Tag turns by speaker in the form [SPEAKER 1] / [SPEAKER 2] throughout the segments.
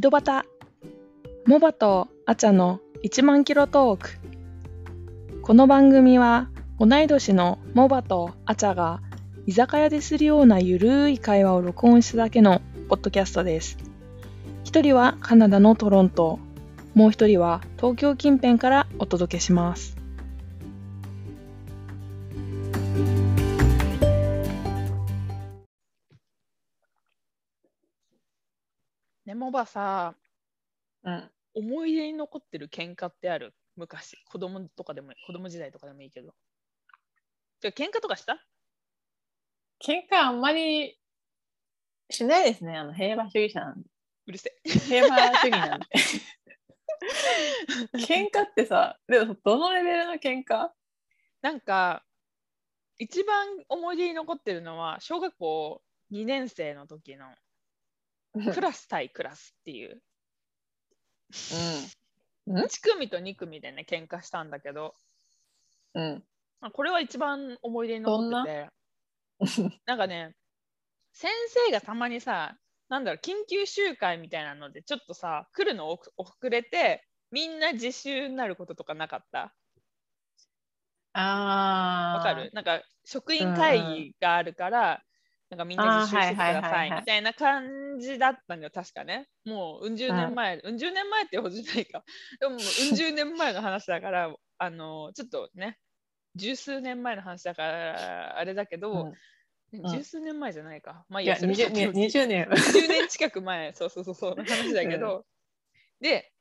[SPEAKER 1] ドバタモバとアチャの1万キロトークこの番組は同い年のモバとアチャが居酒屋でするようなゆるい会話を録音しただけのポッドキャストです一人はカナダのトロントもう一人は東京近辺からお届けしますねモバさ
[SPEAKER 2] うん。
[SPEAKER 1] 思い出に残ってる喧嘩ってある昔子供とかでも子供時代とかでもいいけどてか喧嘩とかした
[SPEAKER 2] 喧嘩あんまりしないですね。あの平和主義者なんで。
[SPEAKER 1] うるせ
[SPEAKER 2] 平和主義なん で。喧嘩ってさ、でもどのレベルの喧嘩
[SPEAKER 1] なんか一番思い出に残ってるのは小学校2年生の時のクラス対クラスっていう
[SPEAKER 2] うん
[SPEAKER 1] 1組と2組でね喧嘩したんだけど
[SPEAKER 2] うん。
[SPEAKER 1] あこれは一番思い出に残ってて なんかね先生がたまにさなんだろう緊急集会みたいなのでちょっとさ来るの遅遅れてみんな自習になることとかなかった
[SPEAKER 2] ああ。
[SPEAKER 1] わかるなんか職員会議があるから、なんかみんな自習してくだ
[SPEAKER 2] あーはいはい
[SPEAKER 1] さ
[SPEAKER 2] はい
[SPEAKER 1] い
[SPEAKER 2] はい
[SPEAKER 1] みたいな感じだったんだよ、確かね。もううん十年前、うん十年前ってほどじゃないか。でももううん十年前の話だから、あのちょっとね、十数年前の話だから、あれだけど、
[SPEAKER 2] ん
[SPEAKER 1] 十数年前じゃないか。まあい
[SPEAKER 2] い
[SPEAKER 1] いや、
[SPEAKER 2] や、
[SPEAKER 1] それ
[SPEAKER 2] 20年。20年。
[SPEAKER 1] 10年近く前、そうそうそうそう、の話だけど、で、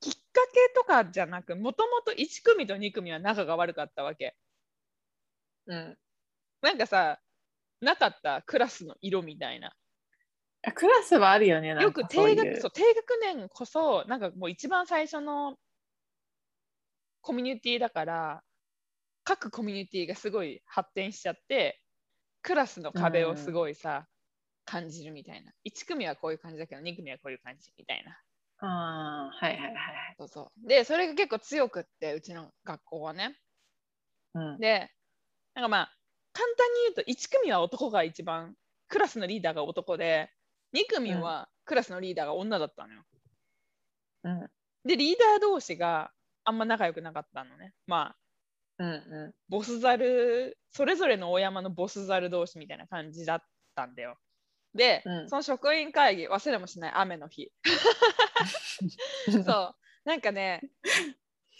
[SPEAKER 1] きっかけとかじゃなく、もともと1組と2組は仲が悪かったわけ。
[SPEAKER 2] うん。
[SPEAKER 1] なんかさ、なかったクラスの色みたいな。
[SPEAKER 2] あクラスはあるよね。なん
[SPEAKER 1] よ
[SPEAKER 2] か
[SPEAKER 1] く
[SPEAKER 2] そうい
[SPEAKER 1] 低
[SPEAKER 2] う
[SPEAKER 1] 学そう低学年こそ、なんかもう一番最初のコミュニティだから、各コミュニティがすごい発展しちゃって、クラスの壁をすごいさ、感じるみたいな。1組はこういう感じだけど、2組はこういう感じみたいな。
[SPEAKER 2] ああ、はいはいはいはい。
[SPEAKER 1] そうそうで、それが結構強くって、うちの学校はね。
[SPEAKER 2] うん。
[SPEAKER 1] で、なんかまあ、簡単に言うと、1組は男が一番、クラスのリーダーが男で、2組はクラスのリーダーが女だったのよ。
[SPEAKER 2] うん。
[SPEAKER 1] で、リーダー同士があんま仲良くなかったのね。まあ、
[SPEAKER 2] うん。う
[SPEAKER 1] ボスザル、それぞれの大山のボスザル同士みたいな感じだったんだよ。で、
[SPEAKER 2] うん
[SPEAKER 1] その職員会議、忘れもしない雨の日。
[SPEAKER 2] ん。
[SPEAKER 1] そう。なんかね、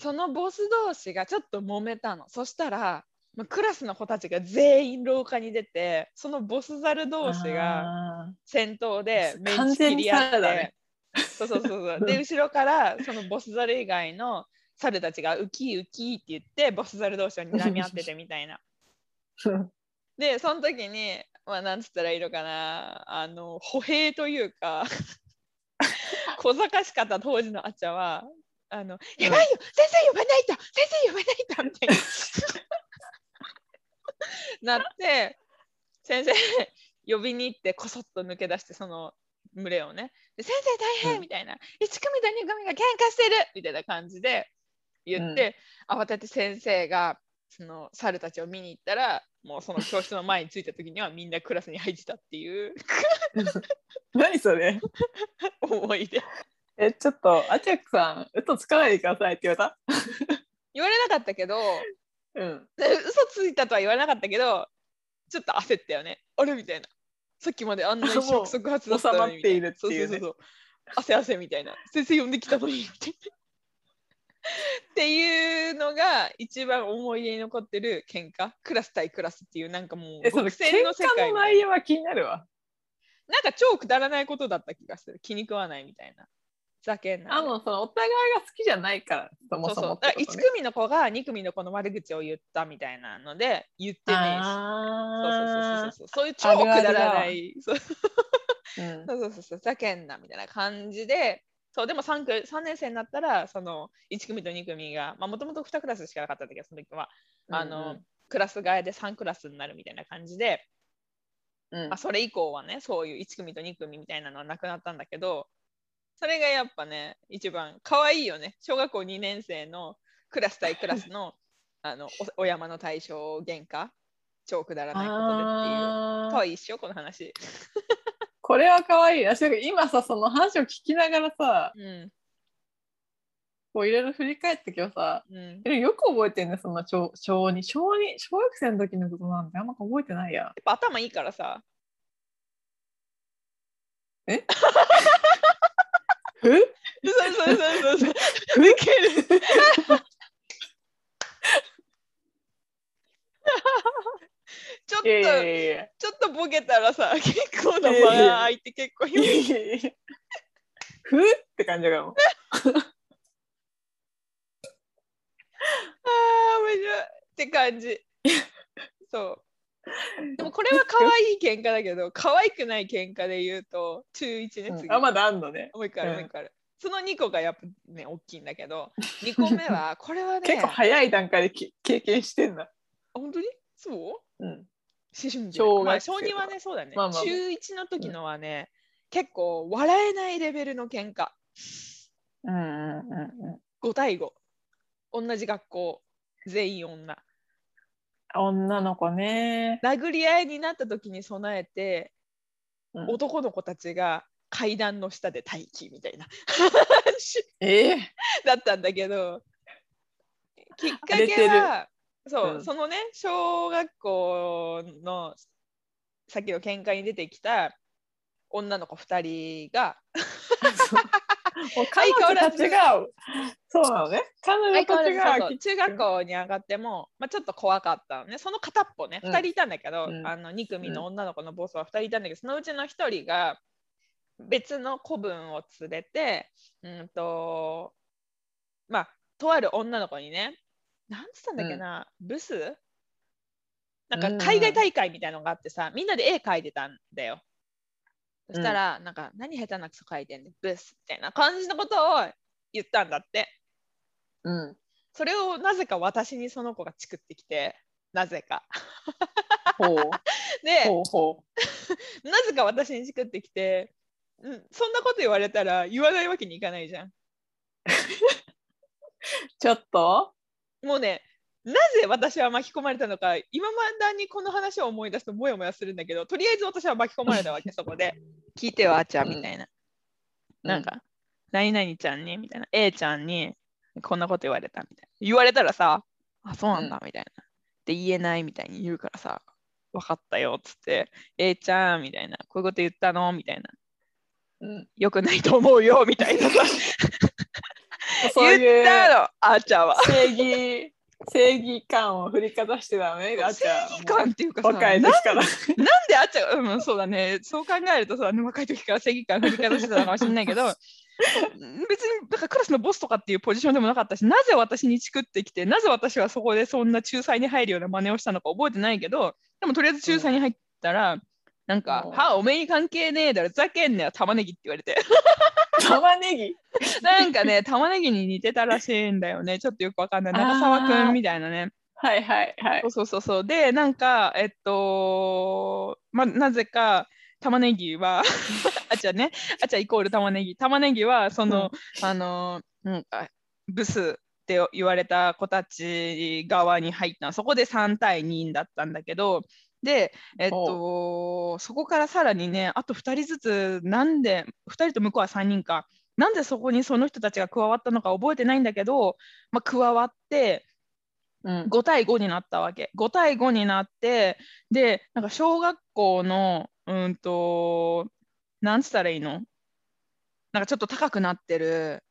[SPEAKER 1] そのボス同士がちょっと揉めたの。そしたら、まあクラスの子たちが全員廊下に出て、そのボスザル同士が
[SPEAKER 2] あー。
[SPEAKER 1] 先頭でメン
[SPEAKER 2] 完
[SPEAKER 1] チ
[SPEAKER 2] 全
[SPEAKER 1] 切
[SPEAKER 2] に
[SPEAKER 1] り合っ
[SPEAKER 2] サラダ
[SPEAKER 1] て
[SPEAKER 2] ね、
[SPEAKER 1] そうそうそうそう。で、後ろからそのボスザル以外の猿たちがウキウキって言って、ボスザル同士を睨み合っててみたいな。で、その時に、まあ、なんつったらいいのかな、あの、歩兵というか、小賢しかった当時のあちゃは、あの、やばいよ、先生呼ばないと、先生呼ばないと、みたいな。なって、先生、呼びに行って、こそっと抜け出して、その群れをね、で先生大
[SPEAKER 2] う
[SPEAKER 1] 変
[SPEAKER 2] ん
[SPEAKER 1] みたいな、1組と2組が喧嘩してるみたいな感じで言って、慌てて先生が、その猿たちを見に行ったらもうその教室の前に着いた時にはみんなクラスに入ってたっていう
[SPEAKER 2] 何それ
[SPEAKER 1] 思い出
[SPEAKER 2] え、ちょっと、アチャックさん、嘘つかないでくださいって言われた
[SPEAKER 1] 言われなかったけど
[SPEAKER 2] うん。
[SPEAKER 1] で 嘘ついたとは言われなかったけどちょっと焦ったよねあれみたいなさっきまであんな一触即発だったのに
[SPEAKER 2] もう収まっているってい
[SPEAKER 1] みたなそ
[SPEAKER 2] うね
[SPEAKER 1] うそうそうそう汗汗みたいな先生呼んできたのにみたいなっていうのが一番思い出に残ってる喧嘩クラス対クラスっていうなんかもう
[SPEAKER 2] え、その
[SPEAKER 1] 極
[SPEAKER 2] 喧
[SPEAKER 1] 戦の世
[SPEAKER 2] 嘩
[SPEAKER 1] 界
[SPEAKER 2] の
[SPEAKER 1] みた
[SPEAKER 2] 内
[SPEAKER 1] いな
[SPEAKER 2] 容は気になるわ。
[SPEAKER 1] なんか超くだらないことだった気がする気に食わないみたいなふざけんな
[SPEAKER 2] あの、そのお互いが好きじゃないから、そも
[SPEAKER 1] そう
[SPEAKER 2] そ
[SPEAKER 1] そう
[SPEAKER 2] も
[SPEAKER 1] だ
[SPEAKER 2] っ
[SPEAKER 1] から
[SPEAKER 2] てこ
[SPEAKER 1] 1
[SPEAKER 2] とね。
[SPEAKER 1] 組の子が2組の子の悪口を言ったみたいなので言ってねえしそうそうそう
[SPEAKER 2] あ
[SPEAKER 1] そうそうそういう超くだら
[SPEAKER 2] あるあるだ
[SPEAKER 1] ないそうそう
[SPEAKER 2] ーうん
[SPEAKER 1] そうそうそうふざけんなみたいな感じでそうでも 3, 区3年生になったらその1組と2組がもともと2クラスしかなかったんだけどその時はあの、クラス替えで3クラスになるみたいな感じで、
[SPEAKER 2] うんうん
[SPEAKER 1] まあ、それ以降はねそういう1組と2組みたいなのはなくなったんだけどそれがやっぱね一番可愛いよね小学校2年生のクラス対クラスのあのおお山の大将喧嘩超くだらないことでっていう
[SPEAKER 2] あ
[SPEAKER 1] 可
[SPEAKER 2] ー
[SPEAKER 1] 愛いっしょこの話
[SPEAKER 2] 子これは可愛いな。しかも今さ、その話を聞きながらさ、
[SPEAKER 1] うん
[SPEAKER 2] こういろいろ振り返ったけどさ、
[SPEAKER 1] うん
[SPEAKER 2] えよく覚えてんね、そんな小小2。小2、小学生の時のことなんてあんま覚えてないや。
[SPEAKER 1] やっぱ頭いいからさ
[SPEAKER 2] え
[SPEAKER 1] そうそうそうそうそうウケるちょっと、
[SPEAKER 2] いやいやいやいや。
[SPEAKER 1] ちょっとボケたらさ結構ない
[SPEAKER 2] やいやいや
[SPEAKER 1] 間空いて結構
[SPEAKER 2] いやいやいや ふうって感じだからもう。
[SPEAKER 1] あー面白いって感じ。そう。でもこれは可愛い喧嘩だけど、可愛くない喧嘩で言うと、中1ね、次。
[SPEAKER 2] あ、まだあんのね。
[SPEAKER 1] もう一回ある、
[SPEAKER 2] うん
[SPEAKER 1] もう一回ある。その2個がやっぱね、大きいんだけど、2個目 は、これはね、
[SPEAKER 2] 結構早い段階でき経験してんだ。
[SPEAKER 1] 本当にそう思
[SPEAKER 2] うん。
[SPEAKER 1] 春期。
[SPEAKER 2] 小学生
[SPEAKER 1] まあ小2はね、そうだね。
[SPEAKER 2] まあまあまあ
[SPEAKER 1] 中1の時のはね、結構笑えないレベルの喧嘩。
[SPEAKER 2] うんうんうんうん。
[SPEAKER 1] 5対5。同じ学校、全員女。
[SPEAKER 2] 女の子ね。
[SPEAKER 1] 殴り合いになった時に備えて、
[SPEAKER 2] うん
[SPEAKER 1] 男の子たちが階段の下で待機みたいな
[SPEAKER 2] え え
[SPEAKER 1] だったんだけどきっか
[SPEAKER 2] 荒れ
[SPEAKER 1] け
[SPEAKER 2] て
[SPEAKER 1] はそう、
[SPEAKER 2] うん
[SPEAKER 1] そのね小学校のさっきの喧嘩に出てきた女の子2人が
[SPEAKER 2] もう彼女たちが、そうなのね。彼女
[SPEAKER 1] 相
[SPEAKER 2] たち
[SPEAKER 1] 変わらず
[SPEAKER 2] が
[SPEAKER 1] そうそう、中学校に上がっても、まあ、ちょっと怖かったのねその片っぽね
[SPEAKER 2] うん
[SPEAKER 1] 2人いたんだけど、
[SPEAKER 2] うん
[SPEAKER 1] あの2組の女の子のボスは2人いたんだけどそのうちの1人が別の子分を連れてうんとまあとある女の子にねなんつったんだっけな、ブスなんか海外大会みたいなのがあってさ、みんなで絵描いてたんだよ。そしたら、なんか何下手なクソ描いてんねんブスみたいな感じのことを言ったんだって。
[SPEAKER 2] うん、
[SPEAKER 1] それをなぜか私にその子がチクってきてなぜ か
[SPEAKER 2] ほう、
[SPEAKER 1] で
[SPEAKER 2] ほう、ほ
[SPEAKER 1] なぜか私にチクってきてうんそんなこと言われたら言わないわけにいかないじゃん
[SPEAKER 2] う。ちょっと、
[SPEAKER 1] もうねなぜ私は巻き込まれたのか今まだにこの話を思い出すとモヤモヤするんだけどとりあえず私は巻き込まれたわけそこで 聞いてよあーちゃんみたいな、なんか何々ちゃんにみたいな A ちゃんにこんなこと言われたみたいな言われたらさあそうなんだみたいな、で言えないみたいに言うからさ分かったよっつって A ちゃんみたいなこういうこと言ったのみたいな
[SPEAKER 2] うん、
[SPEAKER 1] よくないと思うよみたいなさ
[SPEAKER 2] そう
[SPEAKER 1] 言っ
[SPEAKER 2] いう
[SPEAKER 1] たのあーちゃんは
[SPEAKER 2] 正義、正義感を振りかざしてたのね、あっちゃん。
[SPEAKER 1] 正義感っていうかさ
[SPEAKER 2] 若い
[SPEAKER 1] な
[SPEAKER 2] 時から。
[SPEAKER 1] なんであっちゃん、うん、そうだね、そう考えるとさ、若い時から正義感振りかざしてたのかもしれないけど、別になんかクラスのボスとかっていうポジションでもなかったし、なぜ私にチクってきて、なぜ私はそこでそんな仲裁に入るような真似をしたのか覚えてないけど、でもとりあえず仲裁に入ったら、なんか
[SPEAKER 2] う
[SPEAKER 1] 「
[SPEAKER 2] ん
[SPEAKER 1] はおめえに関係ねえだろふざけんなよ玉ねぎ」って言われて
[SPEAKER 2] 玉ねぎ。
[SPEAKER 1] なんかね玉ねぎに似てたらしいんだよねちょっとよくわかんない長澤くんみたいなね
[SPEAKER 2] はいはいはい
[SPEAKER 1] そう。そうそうそうでなんかえっとまあなぜか玉ねぎは あちゃねあちゃイコール玉ねぎ玉ねぎはその、あのなんかブスって言われた子たち側に入ったのそこで3対2だったんだけどでえっとそこからさらにねあと2人ずつなんで2人と向こうは3人かなんでそこにその人たちが加わったのか覚えてないんだけど、まあ、加わって
[SPEAKER 2] うん、
[SPEAKER 1] 5対5になったわけ5対5になってでなんか小学校のうんとなんつったらいいのなんかちょっと高くなってる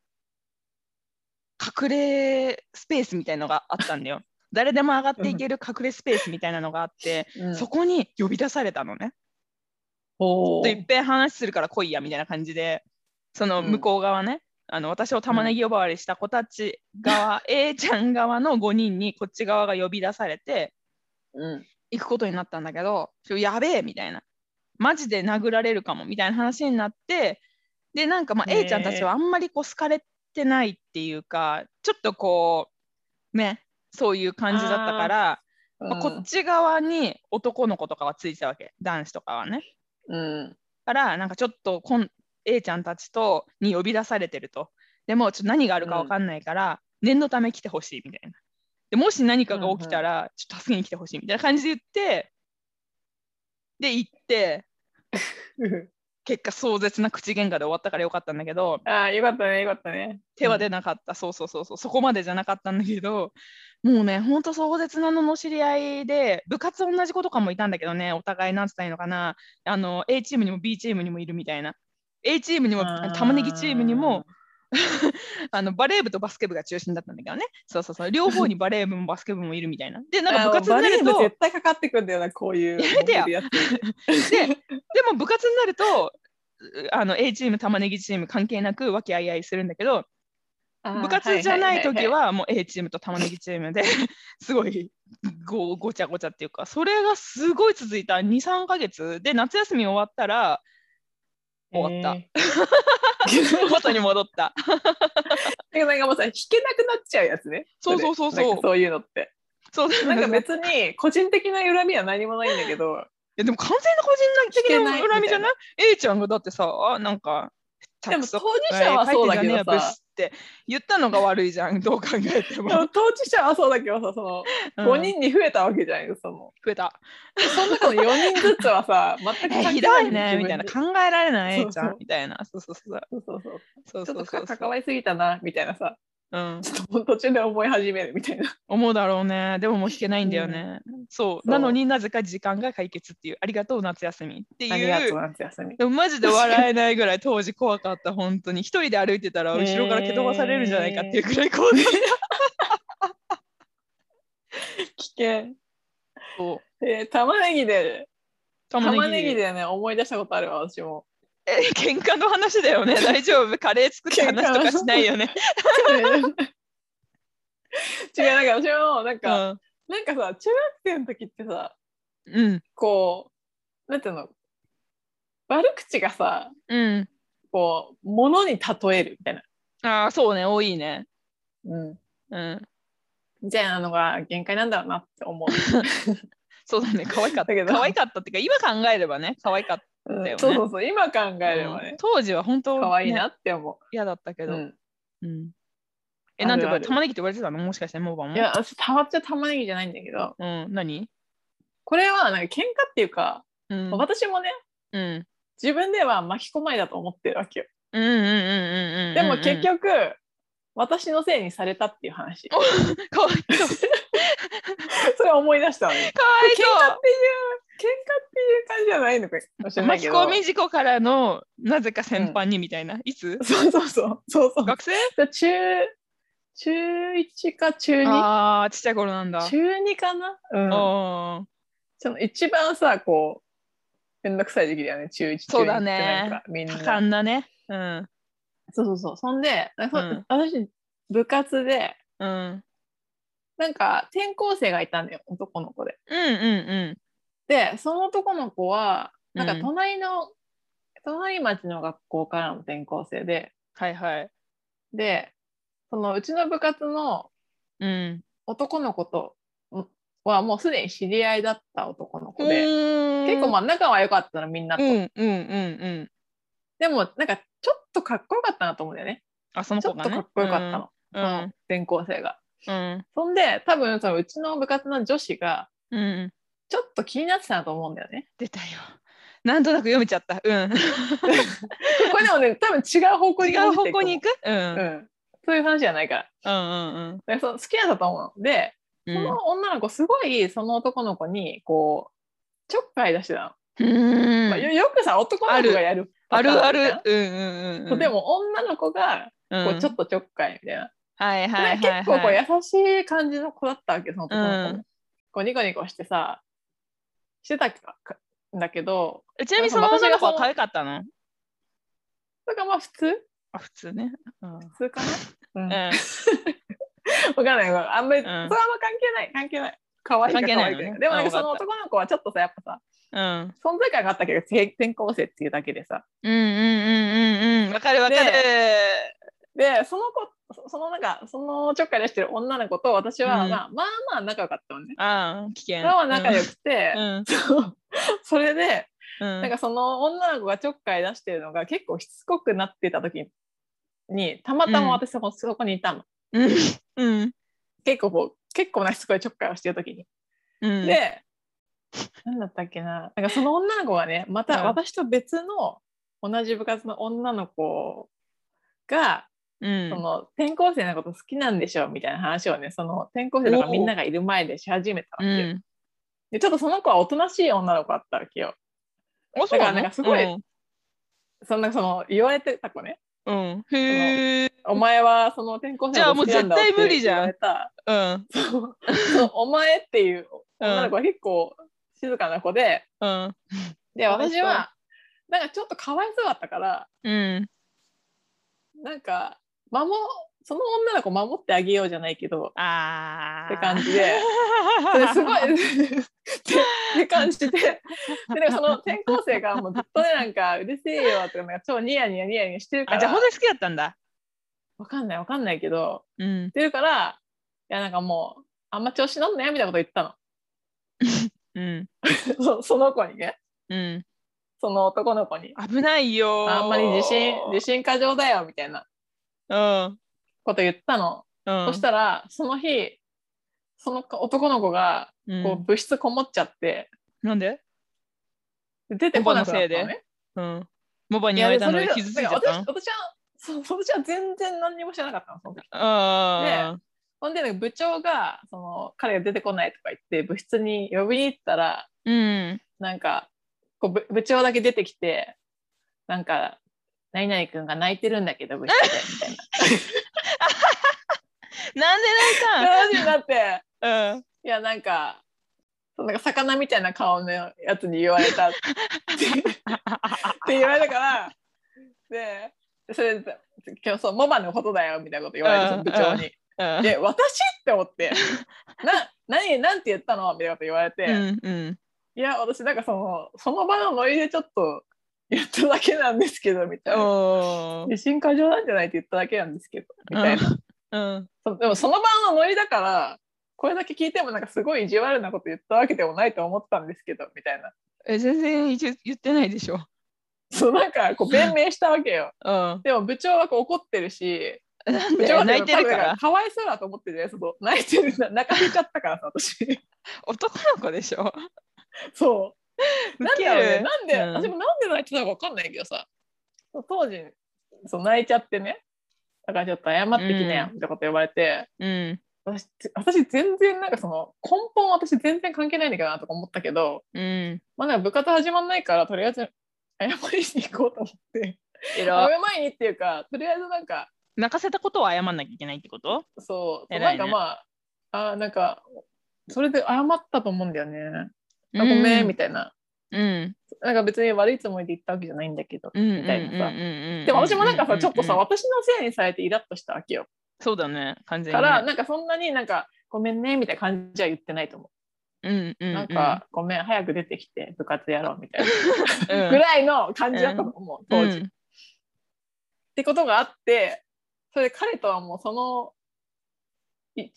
[SPEAKER 1] 隠れスペースみたいのがあったんだよ誰でも上がっていける隠れスペースみたいなのがあって、
[SPEAKER 2] うん、
[SPEAKER 1] そこに呼び出されたのね、
[SPEAKER 2] ほ
[SPEAKER 1] ちょっといっぺん話するから来いやみたいな感じでその向こう側ね、あの私を玉ねぎ呼ばわりした子たち側、A ちゃん側の5人にこっち側が呼び出されて
[SPEAKER 2] うん、
[SPEAKER 1] 行くことになったんだけどちょやべえみたいなマジで殴られるかもみたいな話になってでなんかまあ
[SPEAKER 2] ねえ
[SPEAKER 1] A ちゃんたちはあんまりこう好かれてないっていうかちょっとこうねそういう感じだったからまあこっち側に男の子とかはついてたわけ男子とかはね。
[SPEAKER 2] うん、
[SPEAKER 1] からなんかちょっとこん A ちゃんたちとに呼び出されてるとでもちょっと何があるかわかんないから、念のため来てほしいみたいなでもし何かが起きたら、ちょっと助けに来てほしいみたいな感じで言ってで行って
[SPEAKER 2] うん、
[SPEAKER 1] 結果壮絶な口喧嘩で終わったからよかったんだけど
[SPEAKER 2] ああ、よかったね、よかったね。
[SPEAKER 1] 手は出なかった、そうそうそうそうそこまでじゃなかったんだけどもうねほんと壮絶なのの知り合いで部活同じ子とかもいたんだけどねお互いなんつったらいいのかなあの A チームにも B チームにもいるみたいな A チームにも
[SPEAKER 2] あー
[SPEAKER 1] 玉ねぎチームにもあのバレー部とバスケ部が中心だったんだけどねそうそうそう両方にバレー部もバスケ部もいるみたいなでなんか部活
[SPEAKER 2] あー
[SPEAKER 1] になる
[SPEAKER 2] バレー部
[SPEAKER 1] と
[SPEAKER 2] 絶対かかってくんだよな、こういう。
[SPEAKER 1] やめてよ
[SPEAKER 2] モデルやって
[SPEAKER 1] ででも部活になるとうあの A チーム玉ねぎチーム関係なく和気あいあいするんだけど部活じゃない時。はもう A チームと玉ねぎチームで すごいごごちゃごちゃっていうかそれがすごい続いた23ヶ月で夏休み終わったら終わった
[SPEAKER 2] た。えー
[SPEAKER 1] 元に戻った
[SPEAKER 2] なんかなんかもうさ、弾けなくなっちゃうやつね。
[SPEAKER 1] そう
[SPEAKER 2] れ
[SPEAKER 1] そうそうそう
[SPEAKER 2] なんかそういうのって。
[SPEAKER 1] そうな
[SPEAKER 2] な
[SPEAKER 1] んん
[SPEAKER 2] か
[SPEAKER 1] か別い
[SPEAKER 2] 別に個人的な恨みは何もないんだけど、
[SPEAKER 1] やでも完全な個人的
[SPEAKER 2] 聞けないみた
[SPEAKER 1] な
[SPEAKER 2] いな
[SPEAKER 1] 恨みじゃない ?A ちゃんがだってさあなんか
[SPEAKER 2] でも
[SPEAKER 1] たくそ
[SPEAKER 2] 当事者はそうだけど
[SPEAKER 1] 帰ってんじゃねえよブス
[SPEAKER 2] さ
[SPEAKER 1] っ、て言ったのが悪いじゃんどう考えても
[SPEAKER 2] でも当事者はそうだけどさ、その
[SPEAKER 1] うん
[SPEAKER 2] 5人に増えたわけじゃないですか、その。
[SPEAKER 1] 増えた
[SPEAKER 2] その中の4人ずつ はさ、全く
[SPEAKER 1] え
[SPEAKER 2] 関
[SPEAKER 1] ひ
[SPEAKER 2] 係
[SPEAKER 1] ど
[SPEAKER 2] ない
[SPEAKER 1] ねみたいな考えられない
[SPEAKER 2] そう
[SPEAKER 1] A ちゃ
[SPEAKER 2] そ
[SPEAKER 1] ん
[SPEAKER 2] う
[SPEAKER 1] みたいなそうそうそう
[SPEAKER 2] 自分でそうそう
[SPEAKER 1] そう
[SPEAKER 2] そ
[SPEAKER 1] そうそう
[SPEAKER 2] う。ちょっとか
[SPEAKER 1] そう
[SPEAKER 2] 関わりすぎたな、みたいなさ、
[SPEAKER 1] うん
[SPEAKER 2] ちょっともう途中で思い始めるみたいな。
[SPEAKER 1] 思うだろうねでももう弾けないんだよね、そう
[SPEAKER 2] う
[SPEAKER 1] なのになぜか時間が解決っていうありがとう夏休みって
[SPEAKER 2] ありが
[SPEAKER 1] い
[SPEAKER 2] とう、
[SPEAKER 1] う
[SPEAKER 2] 夏休み。
[SPEAKER 1] でもマジで笑えないぐらい当時怖かった本当に一人で歩いてたら後ろから蹴飛ばされるんじゃないかっていうくらい怖かった、
[SPEAKER 2] 危険。
[SPEAKER 1] そう
[SPEAKER 2] えー玉ねぎで、
[SPEAKER 1] 玉
[SPEAKER 2] 玉
[SPEAKER 1] ね
[SPEAKER 2] ね
[SPEAKER 1] ぎ
[SPEAKER 2] ぎでね、思い出したことあるわ、私も。
[SPEAKER 1] え喧嘩の話だよね大丈夫カレー作って話とかしないよね、
[SPEAKER 2] 違う、なんか私も、なん
[SPEAKER 1] う
[SPEAKER 2] か、
[SPEAKER 1] ん
[SPEAKER 2] なんかさ、中学生の時ってさ、
[SPEAKER 1] うん
[SPEAKER 2] こう、なんていうの、悪口がさ、
[SPEAKER 1] うん
[SPEAKER 2] こう、ものに例えるみたいな。
[SPEAKER 1] ああそうね多いね
[SPEAKER 2] うん。
[SPEAKER 1] うん
[SPEAKER 2] みたいなのが限界なんだろうなって思う。
[SPEAKER 1] そうだね可愛かった
[SPEAKER 2] だけど
[SPEAKER 1] 可愛かったっていうか今考えればね可愛かっ
[SPEAKER 2] うん
[SPEAKER 1] だよね
[SPEAKER 2] そうそうそう、今考え
[SPEAKER 1] た、
[SPEAKER 2] ればね、
[SPEAKER 1] 当時は本当
[SPEAKER 2] 可愛い
[SPEAKER 1] ね
[SPEAKER 2] なって思
[SPEAKER 1] 嫌だったけ
[SPEAKER 2] う。
[SPEAKER 1] ど、
[SPEAKER 2] うん
[SPEAKER 1] うん。え、
[SPEAKER 2] ある
[SPEAKER 1] なんで
[SPEAKER 2] ある
[SPEAKER 1] 玉ねぎって言われてたのもしかして、モーバンも。
[SPEAKER 2] いや、私、たまっちゃ玉ねぎじゃないんだけど、
[SPEAKER 1] うん、何
[SPEAKER 2] これはなんか喧嘩っていうか、
[SPEAKER 1] うん。
[SPEAKER 2] 私もね、
[SPEAKER 1] うん。うん
[SPEAKER 2] 自分では巻き込まれたと思ってるわけよ。
[SPEAKER 1] うんうんうんうんうん。
[SPEAKER 2] でも結。局、私のせいにされたっていう話。
[SPEAKER 1] かわいそう。
[SPEAKER 2] それを思い出したの
[SPEAKER 1] か
[SPEAKER 2] ね。喧嘩っていう、喧嘩
[SPEAKER 1] わ
[SPEAKER 2] っていう感じじゃないのかもしれない
[SPEAKER 1] い
[SPEAKER 2] け
[SPEAKER 1] そう。
[SPEAKER 2] ど。
[SPEAKER 1] 巻き込み事故からの、なぜか先般にみたいな。いつ
[SPEAKER 2] そうそうそう。そうそう
[SPEAKER 1] 学生
[SPEAKER 2] で中、中1か中 2?
[SPEAKER 1] ああ、ちっちゃい頃なんだ。
[SPEAKER 2] 中2かなうん。
[SPEAKER 1] あー
[SPEAKER 2] その一番さ、こう、めんどくさい時期だよね、中1、中
[SPEAKER 1] そう
[SPEAKER 2] 2
[SPEAKER 1] だ
[SPEAKER 2] って
[SPEAKER 1] ね
[SPEAKER 2] なんか、みん
[SPEAKER 1] 多
[SPEAKER 2] な。
[SPEAKER 1] 感だね。うん。
[SPEAKER 2] そうそうそう。そんで、なんか
[SPEAKER 1] うん
[SPEAKER 2] 私、部活で、
[SPEAKER 1] うん。
[SPEAKER 2] なんか転校生がいたんだよ、男の子で。
[SPEAKER 1] うんうん
[SPEAKER 2] でその男の子は
[SPEAKER 1] うん
[SPEAKER 2] なんか隣の、隣町の学校からの転校生で
[SPEAKER 1] はいはい。
[SPEAKER 2] でそのうちの部活の
[SPEAKER 1] うん。
[SPEAKER 2] 男の子とんはもうすでに知り合いだった男の子で、
[SPEAKER 1] 結
[SPEAKER 2] 結構ま
[SPEAKER 1] あ、
[SPEAKER 2] あ仲は良かったのみんな
[SPEAKER 1] う
[SPEAKER 2] と、
[SPEAKER 1] んうんうんうん。
[SPEAKER 2] でもなんかちょっとかっこよかったなと思うんだよね
[SPEAKER 1] あ、その
[SPEAKER 2] ちょ
[SPEAKER 1] 子
[SPEAKER 2] っ
[SPEAKER 1] が
[SPEAKER 2] と
[SPEAKER 1] ね。
[SPEAKER 2] かっこよかったの、
[SPEAKER 1] た
[SPEAKER 2] その転校生が。
[SPEAKER 1] うん。
[SPEAKER 2] そんで多分そのうちの部活の女子が
[SPEAKER 1] うん。うん。
[SPEAKER 2] ちょっと気になってたなと思うんだ よね。
[SPEAKER 1] 出たよ。なんとなく読めちゃった。うん。
[SPEAKER 2] これでもね多分違う方向に
[SPEAKER 1] 違う方向に行
[SPEAKER 2] く、
[SPEAKER 1] く。うん。うん
[SPEAKER 2] う。ん、そういう話じゃないから。
[SPEAKER 1] うん
[SPEAKER 2] でその好きだったと思うので、
[SPEAKER 1] う
[SPEAKER 2] そ
[SPEAKER 1] ん。
[SPEAKER 2] の女の子すごいその男の子にこうちょっかい出してた
[SPEAKER 1] うん
[SPEAKER 2] の、まあ、よよくさ男の子がやる
[SPEAKER 1] あるあ
[SPEAKER 2] パターンみ
[SPEAKER 1] る。うんうん
[SPEAKER 2] たいな
[SPEAKER 1] うん。
[SPEAKER 2] で、も女の子が
[SPEAKER 1] うん、
[SPEAKER 2] こうちょっとちょっかいみたいな、
[SPEAKER 1] はいはい
[SPEAKER 2] で
[SPEAKER 1] はい、はい。
[SPEAKER 2] 結構こう優しい感じの子だったわけその男の子も、
[SPEAKER 1] うん
[SPEAKER 2] こうニコニコしてさしてたかんだけど
[SPEAKER 1] ちなみにその
[SPEAKER 2] 私
[SPEAKER 1] 女
[SPEAKER 2] が
[SPEAKER 1] の子
[SPEAKER 2] その
[SPEAKER 1] は可愛かったの
[SPEAKER 2] それがまあ普通
[SPEAKER 1] あ、普通ね。うん。うん
[SPEAKER 2] 普通かな、うん分かんないあんまり、
[SPEAKER 1] ん
[SPEAKER 2] それはあんま関係ない関係ない可愛い
[SPEAKER 1] 関
[SPEAKER 2] か可
[SPEAKER 1] 係ない
[SPEAKER 2] 愛
[SPEAKER 1] よ
[SPEAKER 2] くな
[SPEAKER 1] ね
[SPEAKER 2] いかでもなんか
[SPEAKER 1] あ
[SPEAKER 2] その
[SPEAKER 1] わかっ
[SPEAKER 2] 男の子はちょっとさやっぱさ
[SPEAKER 1] うん
[SPEAKER 2] 存在感があったけど転転校生っていうだけでさ
[SPEAKER 1] うんうんうんうんうん。わかるわかる。
[SPEAKER 2] でその子そそのなんかそのちょっかい出してる女の子と私は、
[SPEAKER 1] うん
[SPEAKER 2] まあ、まあまあ仲良かったのね
[SPEAKER 1] ああ、危険。
[SPEAKER 2] まあまあ仲良くて
[SPEAKER 1] う、ん。
[SPEAKER 2] そうそれで
[SPEAKER 1] うん。
[SPEAKER 2] なんかその女の子がちょっかい出してるのが結構しつこくなってた時にたまたま私そこ,、そこにいたの
[SPEAKER 1] うん。うん。
[SPEAKER 2] 結構こう結構なしつこいちょっかいをしてる時に、
[SPEAKER 1] うん。
[SPEAKER 2] でなんだったっけななんかその女の子がねま
[SPEAKER 1] う
[SPEAKER 2] た
[SPEAKER 1] ん
[SPEAKER 2] 私と別の同じ部活の女の子が、
[SPEAKER 1] うん
[SPEAKER 2] その転校生のこと好きなんでしょみたいな話をねその転校生とかみんながいる前でし始めたわ
[SPEAKER 1] う
[SPEAKER 2] けよ、
[SPEAKER 1] ん。
[SPEAKER 2] でちょっとその子はおとなしい女の子だったわけよ
[SPEAKER 1] あそうな
[SPEAKER 2] だから
[SPEAKER 1] の
[SPEAKER 2] なんかすごい
[SPEAKER 1] うん
[SPEAKER 2] そんなその言われてた子ね
[SPEAKER 1] うん。へえ。
[SPEAKER 2] お前はその転校生のこと好きなんだ
[SPEAKER 1] じゃあもう絶対
[SPEAKER 2] って
[SPEAKER 1] 無理じゃん
[SPEAKER 2] 言われた
[SPEAKER 1] うん。
[SPEAKER 2] そうそ うお前っていう
[SPEAKER 1] うん
[SPEAKER 2] 女の子は結構静かな子で、
[SPEAKER 1] うん。
[SPEAKER 2] で
[SPEAKER 1] かわいそう
[SPEAKER 2] 私はなんかちょっとかわいそうだったから
[SPEAKER 1] うん。
[SPEAKER 2] なんか守その女の子守ってあげようじゃないけど
[SPEAKER 1] ああ。
[SPEAKER 2] って感じでそれ すごいってって感じででなんかその転校生がもうずっとねなんか「うるせえよ」とかなんか超ニヤニヤニヤニヤしてるか
[SPEAKER 1] あ、じゃあ
[SPEAKER 2] ら
[SPEAKER 1] 本当に好きだったんだ。
[SPEAKER 2] わかんないわかんないけど
[SPEAKER 1] うん
[SPEAKER 2] し。てるからいやなんかもうあんま調子乗んなよみたいなこと言った
[SPEAKER 1] うん。
[SPEAKER 2] の そその子にね
[SPEAKER 1] うん。
[SPEAKER 2] その男の子に。
[SPEAKER 1] 危ないよー。
[SPEAKER 2] あんまり自信自
[SPEAKER 1] 信。
[SPEAKER 2] 信過剰だよみたいな
[SPEAKER 1] うん。
[SPEAKER 2] こと言ったの、
[SPEAKER 1] うん。
[SPEAKER 2] そしたらその日その男の子が
[SPEAKER 1] うん
[SPEAKER 2] こう物質こもっちゃって、
[SPEAKER 1] なんで
[SPEAKER 2] で出てこなくなったの
[SPEAKER 1] パパの
[SPEAKER 2] ね
[SPEAKER 1] うん。モバ
[SPEAKER 2] い
[SPEAKER 1] に言
[SPEAKER 2] や
[SPEAKER 1] わ
[SPEAKER 2] で
[SPEAKER 1] れ
[SPEAKER 2] そ
[SPEAKER 1] たの
[SPEAKER 2] れ
[SPEAKER 1] で
[SPEAKER 2] が
[SPEAKER 1] 傷ついちゃった
[SPEAKER 2] だから私私はそう私は全然何にも知らなかったのその時
[SPEAKER 1] の
[SPEAKER 2] ほんでなんか部長がその彼が出てこないとか言って部室に呼びに行ったら
[SPEAKER 1] うん。
[SPEAKER 2] なんかこう部部長だけ出てきてなんか「何々君が泣いてるんだけど部室で」みたいな
[SPEAKER 1] なんで
[SPEAKER 2] 話になって。
[SPEAKER 1] 泣いたんうん。
[SPEAKER 2] いやなんかそうなんか魚みたいな顔のやつに言われ たってって言われたからでそれで今日そうモバのことだよみたいなこと言われて
[SPEAKER 1] う
[SPEAKER 2] そ
[SPEAKER 1] ん
[SPEAKER 2] の部長に
[SPEAKER 1] うん
[SPEAKER 2] で私って思ってな何何て言ったのみたいなこと言われて、
[SPEAKER 1] うんうん
[SPEAKER 2] いや私なんかそのその場のノリでちょっと言っただけなんですけどみたいな
[SPEAKER 1] おー
[SPEAKER 2] 自信過剰なんじゃないって言っただけなんですけどみたいな、
[SPEAKER 1] うん
[SPEAKER 2] そでもその場のノリだからこれだけ聞いてもなんかすごい意地悪なこと言ったわけでもないと思ったんですけどみたいな
[SPEAKER 1] え全然言言ってないでしょ。
[SPEAKER 2] そうなんかこう弁明したわけよ
[SPEAKER 1] うん。
[SPEAKER 2] でも部長はこう怒ってるし
[SPEAKER 1] なん
[SPEAKER 2] 部
[SPEAKER 1] で
[SPEAKER 2] 長は
[SPEAKER 1] 泣いてるから。
[SPEAKER 2] かわいそうだと思っててその泣いてるな泣かせちゃったからさ私
[SPEAKER 1] 男の子でしょ。
[SPEAKER 2] そうなんでだろうねなんで、
[SPEAKER 1] うん
[SPEAKER 2] 私もなんで泣いてたのか分かんないけどさ当時そう泣いちゃってねだからちょっと謝ってきなよ
[SPEAKER 1] う
[SPEAKER 2] ってこと言われて、
[SPEAKER 1] うん
[SPEAKER 2] 私私全然なんかその根本私全然関係ないんだけどなとか思ったけど、
[SPEAKER 1] うん。
[SPEAKER 2] まあ、なんか部活始まんないからとりあえず謝りに行こうと思って
[SPEAKER 1] え
[SPEAKER 2] 謝
[SPEAKER 1] ら
[SPEAKER 2] りにっていうかとりあえずなんか
[SPEAKER 1] 泣かせたことを謝んなきゃいけないってこと？
[SPEAKER 2] そうそう
[SPEAKER 1] 偉
[SPEAKER 2] ない
[SPEAKER 1] ね
[SPEAKER 2] んかまああーなんかそれで謝ったと思うんだよねあごめんみ
[SPEAKER 1] た
[SPEAKER 2] たいな
[SPEAKER 1] うん
[SPEAKER 2] なんか別に悪いつもりで言ったわけじゃないんだけど
[SPEAKER 1] うんうん
[SPEAKER 2] みたいなさ
[SPEAKER 1] うんうんうん
[SPEAKER 2] でも私もなんか
[SPEAKER 1] う
[SPEAKER 2] さ
[SPEAKER 1] う
[SPEAKER 2] ちょっとさ
[SPEAKER 1] うんうん
[SPEAKER 2] 私のせいにされてイラッとしたわけよ
[SPEAKER 1] そうだね完全
[SPEAKER 2] か
[SPEAKER 1] にね。
[SPEAKER 2] らなんかそんなになんかごめんねみたいな感じじゃ言ってないと思
[SPEAKER 1] うんう
[SPEAKER 2] うなんんかごめん早く出てきて部活やろうみたい
[SPEAKER 1] うん
[SPEAKER 2] なぐらいの感じだったと思う当時
[SPEAKER 1] うん
[SPEAKER 2] ってことがあってそれで彼とはもうその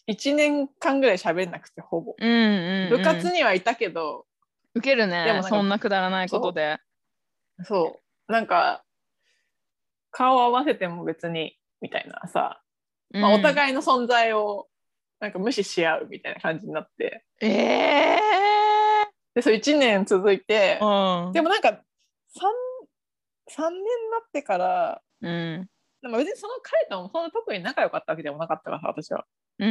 [SPEAKER 2] 1年間ぐらい喋んなくてほぼ
[SPEAKER 1] うんうんうん
[SPEAKER 2] 部活にはいたけど、
[SPEAKER 1] 受ける
[SPEAKER 2] でも
[SPEAKER 1] ね
[SPEAKER 2] なんか
[SPEAKER 1] そんなくだらないことで
[SPEAKER 2] そうなんか顔合わせても別にみたいなさ、まあ、お
[SPEAKER 1] い
[SPEAKER 2] 互いの存在をなんか無視し合うみたいな感じになって
[SPEAKER 1] え
[SPEAKER 2] でそれ1年続い
[SPEAKER 1] え、
[SPEAKER 2] て
[SPEAKER 1] ー、うん
[SPEAKER 2] でもなんか 3, 3年になってから
[SPEAKER 1] うん
[SPEAKER 2] でも別にその彼ともそんな特に仲良かったわけでもなかったからさ私は。
[SPEAKER 1] うんうん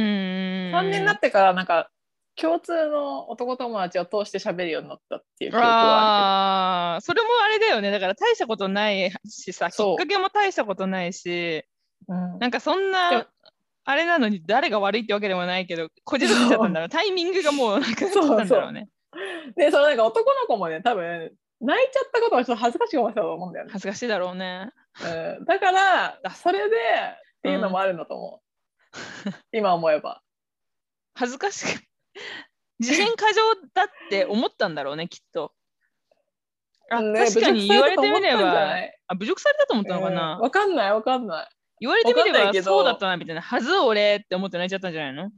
[SPEAKER 2] 3年になってからなんか共通の男友達を通して喋るようになったっていう記憶はあ
[SPEAKER 1] あーそれもあれだよねだから大したことないしさき
[SPEAKER 2] そう
[SPEAKER 1] っかけも大したことないし
[SPEAKER 2] るけど、うん
[SPEAKER 1] なんかそん
[SPEAKER 2] で
[SPEAKER 1] な
[SPEAKER 2] も
[SPEAKER 1] あれなのに誰が悪いってわけでもないけどこじつけちゃったんだろうタイミングがもうなんか
[SPEAKER 2] そうそう
[SPEAKER 1] なんだろうね
[SPEAKER 2] でそのなんか男の子もね多分泣いちゃったことはちょっと恥ずかしい思いしたと思うんだよね、
[SPEAKER 1] 恥ずかしいだろうね
[SPEAKER 2] うん、だからそれでっていうのもあるんだと思う、今思えば
[SPEAKER 1] 恥ずかし く自信過剰だって思ったんだろうねきっとあ、
[SPEAKER 2] ね
[SPEAKER 1] 確かに言われてみれ
[SPEAKER 2] 侮辱されたと思ったんじゃ
[SPEAKER 1] ばあ侮辱されたと思ったのか
[SPEAKER 2] ない
[SPEAKER 1] な、
[SPEAKER 2] うんわかんないわかんない
[SPEAKER 1] 言われてみれ
[SPEAKER 2] わかんな
[SPEAKER 1] ば
[SPEAKER 2] いけど
[SPEAKER 1] そうだったなみたいなはず俺って思って泣いちゃったんじゃないの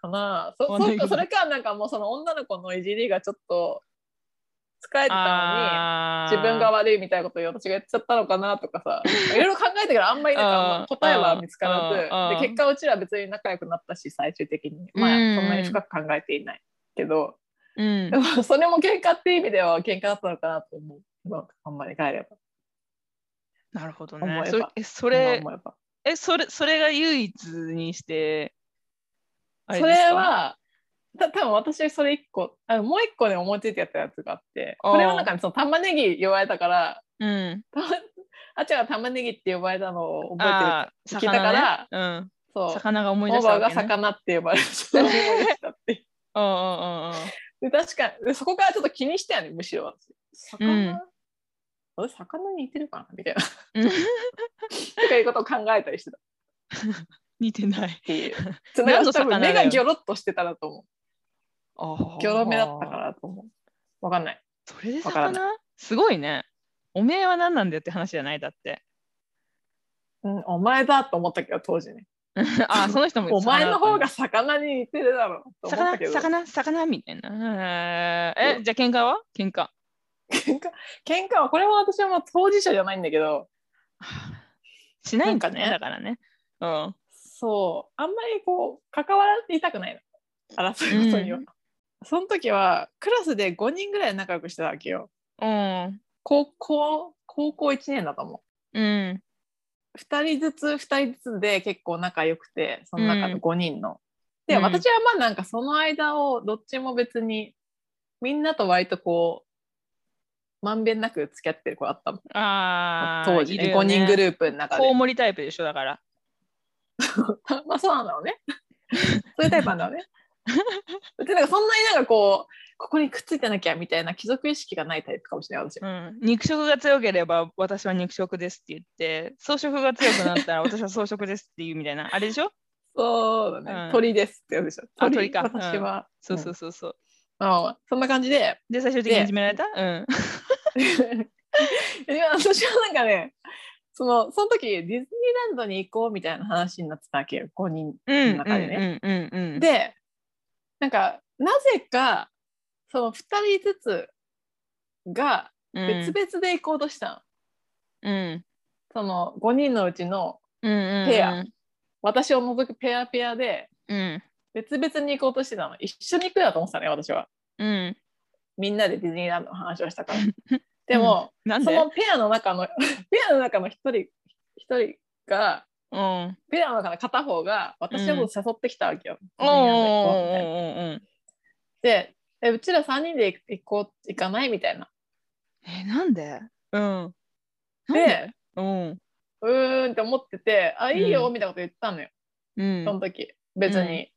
[SPEAKER 2] かな
[SPEAKER 1] わ
[SPEAKER 2] そ
[SPEAKER 1] かんな
[SPEAKER 2] そ
[SPEAKER 1] いうけど
[SPEAKER 2] かそれかなんかもうその女の子のいじりがちょっと疲れてたのに
[SPEAKER 1] あー
[SPEAKER 2] 自分が悪いみたいなことを私がやっちゃったのかなとか さいろいろ考えてからあんまりなんかあん
[SPEAKER 1] うん
[SPEAKER 2] ま答えは見つから
[SPEAKER 1] うん
[SPEAKER 2] ずで結果うちらは別に仲良くなったし最終的にまあ
[SPEAKER 1] うん
[SPEAKER 2] そんなに深く考えていないけど
[SPEAKER 1] うん
[SPEAKER 2] でもそれも喧嘩っていう意味では喧嘩だったのかなと思う今考え返れば
[SPEAKER 1] なるほど
[SPEAKER 2] 思え
[SPEAKER 1] ね
[SPEAKER 2] ば。
[SPEAKER 1] それえそ
[SPEAKER 2] こ
[SPEAKER 1] れ
[SPEAKER 2] 思えば
[SPEAKER 1] えそれそれが唯一にしてあ
[SPEAKER 2] そ
[SPEAKER 1] ですか
[SPEAKER 2] れはた多分私それ一個あのもう一個ね思いついてやったやつがあって
[SPEAKER 1] あー
[SPEAKER 2] これはなんかねその玉ねぎ言われたから
[SPEAKER 1] うん
[SPEAKER 2] たあっちゃんが玉ねぎって呼ばれたのを覚えてる
[SPEAKER 1] あー
[SPEAKER 2] 聞いたから
[SPEAKER 1] 魚ねうん、
[SPEAKER 2] そう
[SPEAKER 1] 魚が思い出
[SPEAKER 2] オ
[SPEAKER 1] し
[SPEAKER 2] バ
[SPEAKER 1] た
[SPEAKER 2] ー
[SPEAKER 1] わ
[SPEAKER 2] が
[SPEAKER 1] け、ね、
[SPEAKER 2] 魚って呼ばれ たの を思い出したっていう
[SPEAKER 1] が魚う
[SPEAKER 2] で確かにでそこからちょっと気にしてやねむしろ私魚、
[SPEAKER 1] うん
[SPEAKER 2] 俺魚に似てるかなみたい な
[SPEAKER 1] んうんうんうん
[SPEAKER 2] とかいうことを考えたりしてたっ
[SPEAKER 1] 似てない
[SPEAKER 2] ていうそう
[SPEAKER 1] 何
[SPEAKER 2] な
[SPEAKER 1] の
[SPEAKER 2] んか多
[SPEAKER 1] 魚
[SPEAKER 2] 分
[SPEAKER 1] だよ
[SPEAKER 2] 目がギョロッとしてたらと思
[SPEAKER 1] あ
[SPEAKER 2] うギョロ目だったからと思うわかんない
[SPEAKER 1] それで
[SPEAKER 2] わから
[SPEAKER 1] 魚すごいねおめえは何なんだよって話じゃないだって
[SPEAKER 2] うん、お前だと思ったけど当時ね。
[SPEAKER 1] あーその人も
[SPEAKER 2] お前の
[SPEAKER 1] 魚
[SPEAKER 2] 方
[SPEAKER 1] だ
[SPEAKER 2] が魚に似てるだろうと思ったけ
[SPEAKER 1] 魚
[SPEAKER 2] ど。
[SPEAKER 1] 魚魚みたいなえー
[SPEAKER 2] う
[SPEAKER 1] えじゃあ喧嘩は喧嘩
[SPEAKER 2] 喧嘩喧嘩はこれも私はまあ当事者じゃないんだけど、
[SPEAKER 1] しないんかね
[SPEAKER 2] なん
[SPEAKER 1] だからねうん
[SPEAKER 2] そうあんまりこう関わりたくないの争いことには。
[SPEAKER 1] う
[SPEAKER 2] その時はクラスで5人ぐらい仲良くしてたわけよ。
[SPEAKER 1] うん
[SPEAKER 2] 高校高校1年だと思
[SPEAKER 1] うん
[SPEAKER 2] う。2人ずつ2人ずつで結構仲良くてその中
[SPEAKER 1] う
[SPEAKER 2] の
[SPEAKER 1] ん
[SPEAKER 2] 5人の。で
[SPEAKER 1] うん
[SPEAKER 2] 私はまあなんかその間をどっちも別にみんなと割とこうまんべんなく付き合ってる子あったの。
[SPEAKER 1] ああ
[SPEAKER 2] 当時、ね、5人グループの中
[SPEAKER 1] コウ
[SPEAKER 2] で。
[SPEAKER 1] モリタイプでしょだから
[SPEAKER 2] まあそうなんだろう ね。そういうタイプなんだろうね。でなんかそんなになんかこうここにくっついてなきゃみたいな貴族意識がないタイプかもしれない私は。
[SPEAKER 1] うん、肉食が強ければ私は肉食ですって言って草食が強くな ったら私は草食ですって言うみたいなあれでしょ
[SPEAKER 2] そうだね、
[SPEAKER 1] うん
[SPEAKER 2] 鳥ですって言うでしょ。
[SPEAKER 1] あ鳥か
[SPEAKER 2] 私は。
[SPEAKER 1] そうそううんそうそう、
[SPEAKER 2] ああそんな感じで。
[SPEAKER 1] で最終的に
[SPEAKER 2] で
[SPEAKER 1] いじめられたうん
[SPEAKER 2] いや私はなんかねそのその時ディズニーランドに行こうみたいな話になってたわけよ5人
[SPEAKER 1] うん
[SPEAKER 2] の中でね。
[SPEAKER 1] うんうんうんうん
[SPEAKER 2] でなんかなぜかその2人ずつが別々で行こうとしたの、
[SPEAKER 1] うん
[SPEAKER 2] その5人のうちの
[SPEAKER 1] うんうん
[SPEAKER 2] ペア私を除くペアペアで
[SPEAKER 1] うん
[SPEAKER 2] 別々に行こうとしてたの一緒に行くだと思ってたね私は
[SPEAKER 1] うん
[SPEAKER 2] みんなでディズニーランドの話をしたから でも、
[SPEAKER 1] なん
[SPEAKER 2] そ
[SPEAKER 1] で
[SPEAKER 2] のペアの中の ペアの中の1人1人が
[SPEAKER 1] うんおー
[SPEAKER 2] ペアの中の片方が私のこと誘ってきたわけよ、
[SPEAKER 1] おーおー
[SPEAKER 2] ディズニーランド行こうみたい
[SPEAKER 1] お
[SPEAKER 2] な
[SPEAKER 1] ーおー
[SPEAKER 2] でえうちら3人で行こう行かないみたいな
[SPEAKER 1] えなんでうんなん
[SPEAKER 2] で
[SPEAKER 1] うん
[SPEAKER 2] うーんって思っててあいいよみたいなこと言ったのよ、
[SPEAKER 1] うん
[SPEAKER 2] その時別に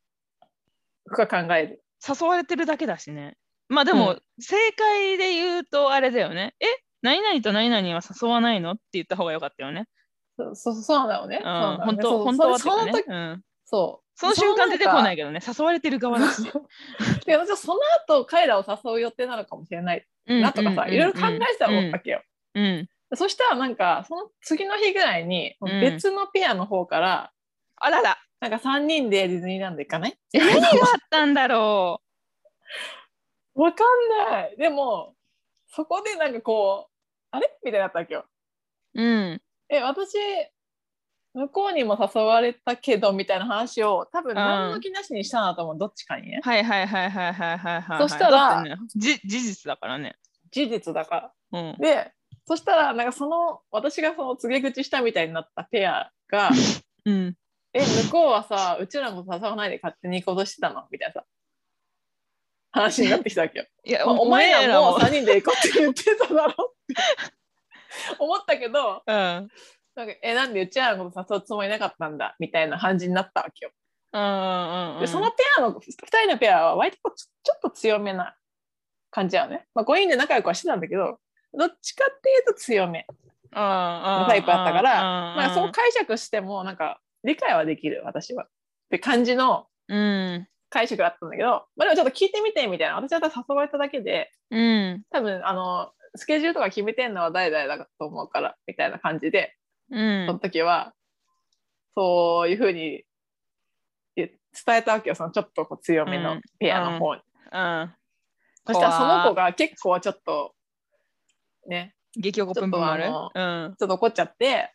[SPEAKER 2] 深く考える、
[SPEAKER 1] 誘われてるだけだしねまあでも、
[SPEAKER 2] う
[SPEAKER 1] 正解で言うとあれだよねえ何々と何々は誘わないのって言った方がよかったよね
[SPEAKER 2] そそそうなんだろうね、そうなんだろう
[SPEAKER 1] 本
[SPEAKER 2] ね
[SPEAKER 1] 当、本当
[SPEAKER 2] そう
[SPEAKER 1] は
[SPEAKER 2] そ
[SPEAKER 1] っ
[SPEAKER 2] そ
[SPEAKER 1] て
[SPEAKER 2] の
[SPEAKER 1] いう
[SPEAKER 2] 時
[SPEAKER 1] かねうん
[SPEAKER 2] そう
[SPEAKER 1] その瞬間出てこないいけどね、誘われてる側だ し。
[SPEAKER 2] で私はその後彼らを誘う予定なのかもしれないなとかさ、いろいろ考えてたわけよ、
[SPEAKER 1] うんうん。
[SPEAKER 2] そしたらなんかその次の日ぐらいに
[SPEAKER 1] うん
[SPEAKER 2] 別のペアの方から、
[SPEAKER 1] あらら、
[SPEAKER 2] なんか3人でディズニーランド行かない
[SPEAKER 1] 何があったんだろ
[SPEAKER 2] わかんない。でも、そこでなんかこう、あれみたいになったわけよ。
[SPEAKER 1] う。うん。
[SPEAKER 2] え、私、向こうにも誘われたけどみたいな話を多分何の気なしにしたなと思う、どっちかにね。
[SPEAKER 1] はいはいはいはいはいはいはい。
[SPEAKER 2] そしたら
[SPEAKER 1] だってねじ事実だからね。
[SPEAKER 2] 事実だか
[SPEAKER 1] うん。
[SPEAKER 2] ら。で、そしたら、なんかその、私がその告げ口したみたいになったペア が、
[SPEAKER 1] うん。
[SPEAKER 2] え、向こうはさ、うちらのこと誘わないで勝手に行こうとしてたのみたいなさ、話になってきたわ けよ。
[SPEAKER 1] いや、
[SPEAKER 2] おお前
[SPEAKER 1] ら
[SPEAKER 2] らも3人で行こうって言ってただろ って思ったけど、
[SPEAKER 1] うん。
[SPEAKER 2] なんかえなんでうちらのこと誘うつもりなかったんだみたいな感じになったわけよ。
[SPEAKER 1] うんうんうん。
[SPEAKER 2] でそのペアの2人のペアは割とこうちょちょっと強めな感じなのね。まあ、5人で仲良くはしてたんだけどどっちかっていうと強め。
[SPEAKER 1] の
[SPEAKER 2] タイプあったから
[SPEAKER 1] ま
[SPEAKER 2] なんかそう解釈してもなんか理解はできる私は。って感じの
[SPEAKER 1] うん。
[SPEAKER 2] 解釈だったんだけど、まあ、でもちょっと聞いてみてみたいな私はただ誘われただけで
[SPEAKER 1] うん。
[SPEAKER 2] 多分あのスケジュールとか決めてんのは誰々だと思うからみたいな感じで
[SPEAKER 1] うん
[SPEAKER 2] その時は、そういうふうにえ伝えたわけよ、そのちょっとこう強め
[SPEAKER 1] う
[SPEAKER 2] の
[SPEAKER 1] ん
[SPEAKER 2] ペアの方に。
[SPEAKER 1] うん。
[SPEAKER 2] そしたらその子
[SPEAKER 1] が。
[SPEAKER 2] が結構ちょっと、ね、
[SPEAKER 1] 激おこぷんぷんある
[SPEAKER 2] ちょっ
[SPEAKER 1] うん。
[SPEAKER 2] ちょっと怒っちゃって、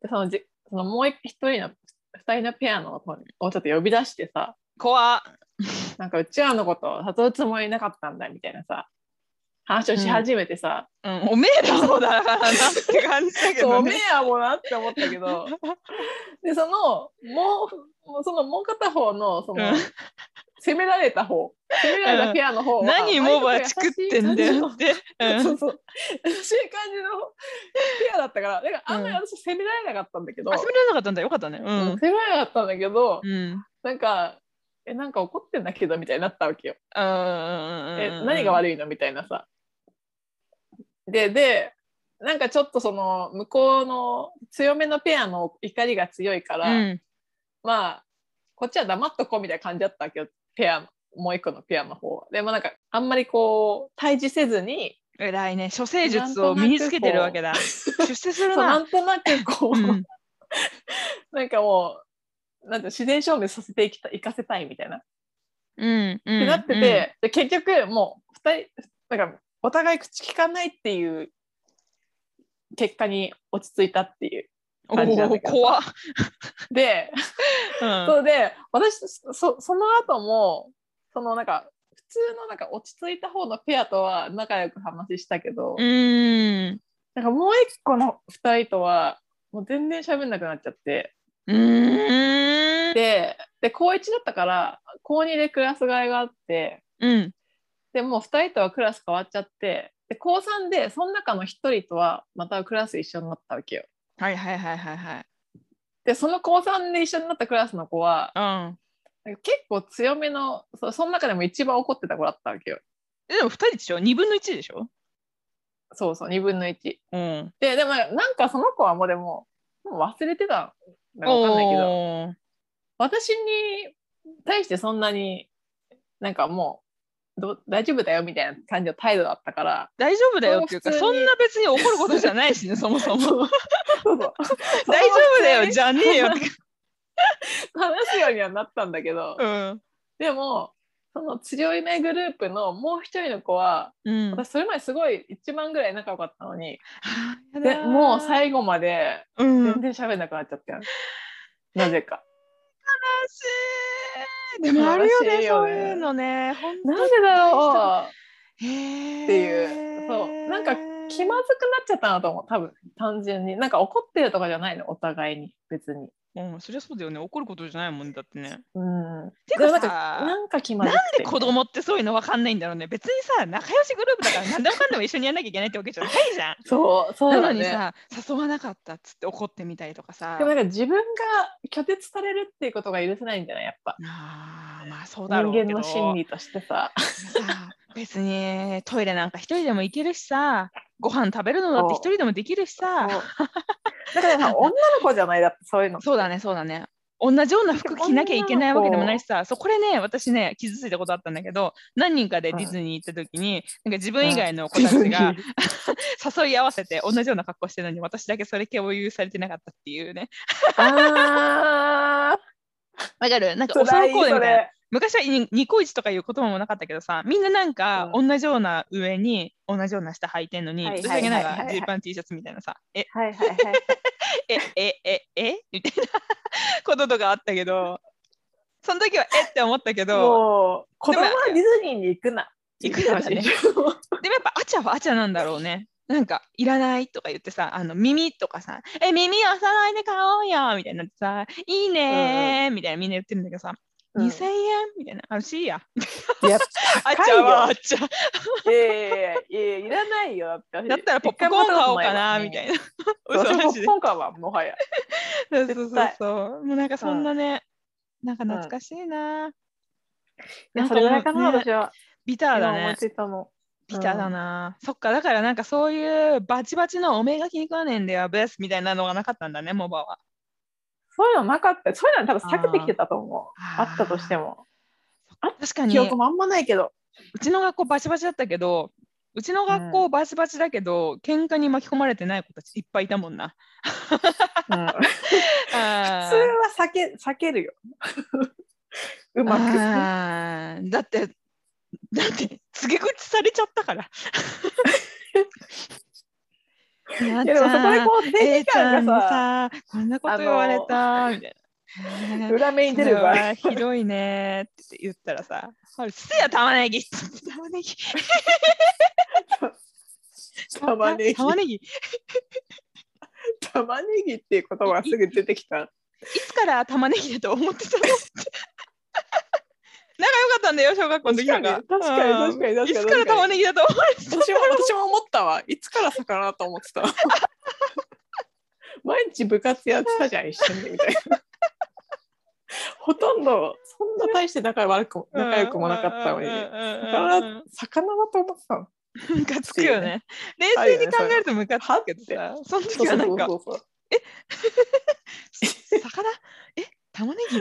[SPEAKER 2] でそのじそのもう一人の、二人のペアの方にをちょっと呼び出してさ、
[SPEAKER 1] 怖っ
[SPEAKER 2] なんかうちらのこと誘うつもりなかったんだみたいなさ、話をし始めてさ、
[SPEAKER 1] うん、おめえらもだなって感じだけ
[SPEAKER 2] そう
[SPEAKER 1] ど
[SPEAKER 2] おめえ
[SPEAKER 1] ね。
[SPEAKER 2] やもなって思った けどでそのもうもうそのもう片方のその、
[SPEAKER 1] うん
[SPEAKER 2] 責められた方責められたペアの方は、
[SPEAKER 1] 何もばちくってんだよって。うん
[SPEAKER 2] そうそう。優しい感じのペアだったから、だからあんまり私責められなかったんだけど、
[SPEAKER 1] あ、攻められなかったんだよかったね。う
[SPEAKER 2] う
[SPEAKER 1] ん。
[SPEAKER 2] ん責められなかったんだけど、
[SPEAKER 1] うん。うん。
[SPEAKER 2] なんか、え、なんか怒ってんだけどみたいになったわけよ。え、何が
[SPEAKER 1] い
[SPEAKER 2] 悪いのみたいなさ。で、で、なんかちょっとその向こうの強めのペアの怒りが強いから、
[SPEAKER 1] うん。
[SPEAKER 2] まあ、こっちは黙っとこうみたいな感じだったわけよ、ペアの。もう一個のペアの方は。でもなんか、あんまりこう、対峙せずに、
[SPEAKER 1] 偉いね。処世術を身につけてるわけだ。出世する
[SPEAKER 2] そう
[SPEAKER 1] な。
[SPEAKER 2] なんとなくこう、
[SPEAKER 1] うん
[SPEAKER 2] なんかもう、なんていうの自然消滅させていきたいかせたいみたいな。っ
[SPEAKER 1] うん。うん
[SPEAKER 2] てなってて、。で結局もう2人、なんかお互い口聞かないっていう結果に落ち着いたっていう。
[SPEAKER 1] うん
[SPEAKER 2] 感じなん
[SPEAKER 1] お
[SPEAKER 2] だ
[SPEAKER 1] お、
[SPEAKER 2] けど
[SPEAKER 1] 怖っ。
[SPEAKER 2] で、
[SPEAKER 1] うん
[SPEAKER 2] そうで、私そ、その後も、そのなんか、普通のなんか落ち着いた方のペアとは仲良く話したけど、
[SPEAKER 1] うん。
[SPEAKER 2] なんかもう一個の2人とは、もう全然喋んなくなっちゃって。
[SPEAKER 1] うん。
[SPEAKER 2] でで高1だったから高2でクラス替えがあって
[SPEAKER 1] うん。
[SPEAKER 2] でもう2人とはクラス変わっちゃってで高3でその中の1人とはまたクラス一緒になったわけよ。
[SPEAKER 1] はいはいはいはいはい。
[SPEAKER 2] でその高3で一緒になったクラスの子は
[SPEAKER 1] うん。
[SPEAKER 2] なんか結構強めのそその中でも一番怒ってた子だったわけよ。
[SPEAKER 1] えでも二人でしょ二分の一でしょ
[SPEAKER 2] そうそう2分の1。で
[SPEAKER 1] うん。
[SPEAKER 2] でもなんかその子はもうでももう忘れてたのか分かんないけど
[SPEAKER 1] おー
[SPEAKER 2] 私に対してそんなになんかもうど大丈夫だよみたいな感じの態度だったから。
[SPEAKER 1] 大丈夫だよっていうか、
[SPEAKER 2] そ
[SPEAKER 1] そ
[SPEAKER 2] の普通に
[SPEAKER 1] んな別に怒ることじゃない しね、そもそも。
[SPEAKER 2] そうそう
[SPEAKER 1] 大丈夫だよ、じゃねえよって。
[SPEAKER 2] 話すようにはなったんだけど、
[SPEAKER 1] うん。
[SPEAKER 2] でもその強い目グループのもう一人の子は
[SPEAKER 1] うん。
[SPEAKER 2] 私それまですごい1万ぐらい仲良かったのに、
[SPEAKER 1] あー
[SPEAKER 2] で
[SPEAKER 1] やだー
[SPEAKER 2] もう最後まで
[SPEAKER 1] うん
[SPEAKER 2] 全然喋んなくなっちゃったよ、なぜか
[SPEAKER 1] 悲しいでもあるよ
[SPEAKER 2] 悲し
[SPEAKER 1] ね
[SPEAKER 2] いよ
[SPEAKER 1] そう
[SPEAKER 2] ね
[SPEAKER 1] いうのねほんと
[SPEAKER 2] なぜだろ
[SPEAKER 1] へー
[SPEAKER 2] っていうそうなんかう気まずくなっちゃったなと思う多分単純になんか怒ってるとかじゃないのお互いに別に
[SPEAKER 1] うんそりゃそうだよね怒ることじゃないもんだってね
[SPEAKER 2] うん
[SPEAKER 1] て
[SPEAKER 2] でもな
[SPEAKER 1] かさ
[SPEAKER 2] んかなんか気まずくて
[SPEAKER 1] 子供ってそういうの分かんないんだろうね別にさ仲良しグループだから何でもかんでも一緒にやんなきゃいけないってわけじゃないじゃん
[SPEAKER 2] そうそう
[SPEAKER 1] な
[SPEAKER 2] だ
[SPEAKER 1] のに
[SPEAKER 2] ね
[SPEAKER 1] さ誘わなかったっつって怒ってみたりとかさ
[SPEAKER 2] でもなんか自分が拒絶されるっていうことが許せないんじゃないやっぱ
[SPEAKER 1] あーまあそう
[SPEAKER 2] 人
[SPEAKER 1] だろうけ
[SPEAKER 2] 間
[SPEAKER 1] ど
[SPEAKER 2] の心理としてさ
[SPEAKER 1] でもさ別にトイレなんか一人でも行けるしさご飯食べるのだって一人でもできるし
[SPEAKER 2] そ
[SPEAKER 1] さ
[SPEAKER 2] うだからさ女の子じゃないだってそういうの
[SPEAKER 1] そうだね、そうだね。同じような服着なきゃいけないわけでもないしさ、そうこれね、私ね、傷ついたことあったんだけど、何人かでディズニー行った時に、なんか 自分以外の子たちが誘い合わせて同じような格好してるのに、私だけそれ共有されてなかったっていうね。
[SPEAKER 2] ああ
[SPEAKER 1] わかるなんかお
[SPEAKER 2] 辛
[SPEAKER 1] 散
[SPEAKER 2] い
[SPEAKER 1] 歩でみた
[SPEAKER 2] そ
[SPEAKER 1] いな。
[SPEAKER 2] れ
[SPEAKER 1] 昔はにニコイチとかいう言葉もなかったけどさ、みんななんか
[SPEAKER 2] う
[SPEAKER 1] 同じような上に、同じような下履いてんのに、
[SPEAKER 2] はいはい
[SPEAKER 1] 私だけなん
[SPEAKER 2] はいはい
[SPEAKER 1] か
[SPEAKER 2] はい
[SPEAKER 1] ジーパン T シャツみたいなさ、え、
[SPEAKER 2] はいはいはい
[SPEAKER 1] え、え、え、えみたいなこととかあったけど、その時はえって思ったけど、
[SPEAKER 2] もう子供はディズニーに行くな
[SPEAKER 1] 行くなだね でもやっぱアチャはアチャなんだろうね。なんかいらないとか言ってさ、あの耳とかさ、え、耳押さないで買おうよみたいになってさ、いいねーみたいなみんな言ってるんだけどさ、
[SPEAKER 2] うん
[SPEAKER 1] 2000円みたいな、あ、欲しいや。
[SPEAKER 2] いや
[SPEAKER 1] アチ
[SPEAKER 2] 高い
[SPEAKER 1] ャ
[SPEAKER 2] よ
[SPEAKER 1] はアチャ。
[SPEAKER 2] いやいやいやいやいらないよだって
[SPEAKER 1] だったらポップコーン買おうかなみたい
[SPEAKER 2] な
[SPEAKER 1] な。 嘘マ
[SPEAKER 2] 私ポッ
[SPEAKER 1] ジ
[SPEAKER 2] プ
[SPEAKER 1] で。
[SPEAKER 2] コーン買うわもはや
[SPEAKER 1] そう
[SPEAKER 2] 対
[SPEAKER 1] そうそうそう。もうなんかそんなね、なんか懐かしいな。
[SPEAKER 2] い
[SPEAKER 1] な
[SPEAKER 2] や
[SPEAKER 1] ん
[SPEAKER 2] そ
[SPEAKER 1] かもう
[SPEAKER 2] れぐらいかな
[SPEAKER 1] ね
[SPEAKER 2] 私は
[SPEAKER 1] ビターだ
[SPEAKER 2] 今思い
[SPEAKER 1] ね。
[SPEAKER 2] ついたの
[SPEAKER 1] ビターだな。そっか、だからなんかそういうバチバチのおめが気に食わねえんだよ、ベースみたいなのがなかったんだね、モバは。
[SPEAKER 2] そういうのなかったそういうのは多分避けてきてたと思う
[SPEAKER 1] あ
[SPEAKER 2] あ
[SPEAKER 1] ー
[SPEAKER 2] ったとしても
[SPEAKER 1] 確かに
[SPEAKER 2] 記憶もあんまない けど
[SPEAKER 1] うちの学校バチバチだったけどうちの学校バチバチだけど、喧嘩に巻き込まれてない子たちいっぱいいたもんな。
[SPEAKER 2] うん
[SPEAKER 1] 普通
[SPEAKER 2] 普通は避け避け るようまくね
[SPEAKER 1] だってだって告げ口されちゃったから。やっ
[SPEAKER 2] い
[SPEAKER 1] ち
[SPEAKER 2] やでもそこで
[SPEAKER 1] ゃん
[SPEAKER 2] こう正
[SPEAKER 1] え
[SPEAKER 2] 義
[SPEAKER 1] ーちゃ
[SPEAKER 2] 感
[SPEAKER 1] ん
[SPEAKER 2] がさ
[SPEAKER 1] さこんなこと言われたみたいな。
[SPEAKER 2] 裏目に出る
[SPEAKER 1] そ
[SPEAKER 2] 場
[SPEAKER 1] れ
[SPEAKER 2] 合
[SPEAKER 1] はひどいねって言ったらさ、あれ捨てや玉ねぎっつって玉ねぎ。
[SPEAKER 2] 玉ねぎ
[SPEAKER 1] 玉ねぎい
[SPEAKER 2] 玉ねぎっていう言葉がすぐ出てきた。
[SPEAKER 1] つから玉ねぎだと思ってたの仲良かったんだよ小学校の時なんか
[SPEAKER 2] 確かに確かに確かに
[SPEAKER 1] いつから玉ねぎだと思ってた
[SPEAKER 2] 私も私も思ったわ。いつから魚だと思ってた。 毎日部活やってたじゃん一緒にみたいな。 ほとんどそんな大して仲悪くも仲良くもなかったのに
[SPEAKER 1] うんうんうん
[SPEAKER 2] 魚
[SPEAKER 1] うんうん
[SPEAKER 2] 魚だと思ってたの。
[SPEAKER 1] ムカつくよね冷静に考えるとムカつくけどさその時はなんか
[SPEAKER 2] そうそうそう
[SPEAKER 1] 魚え玉ねぎ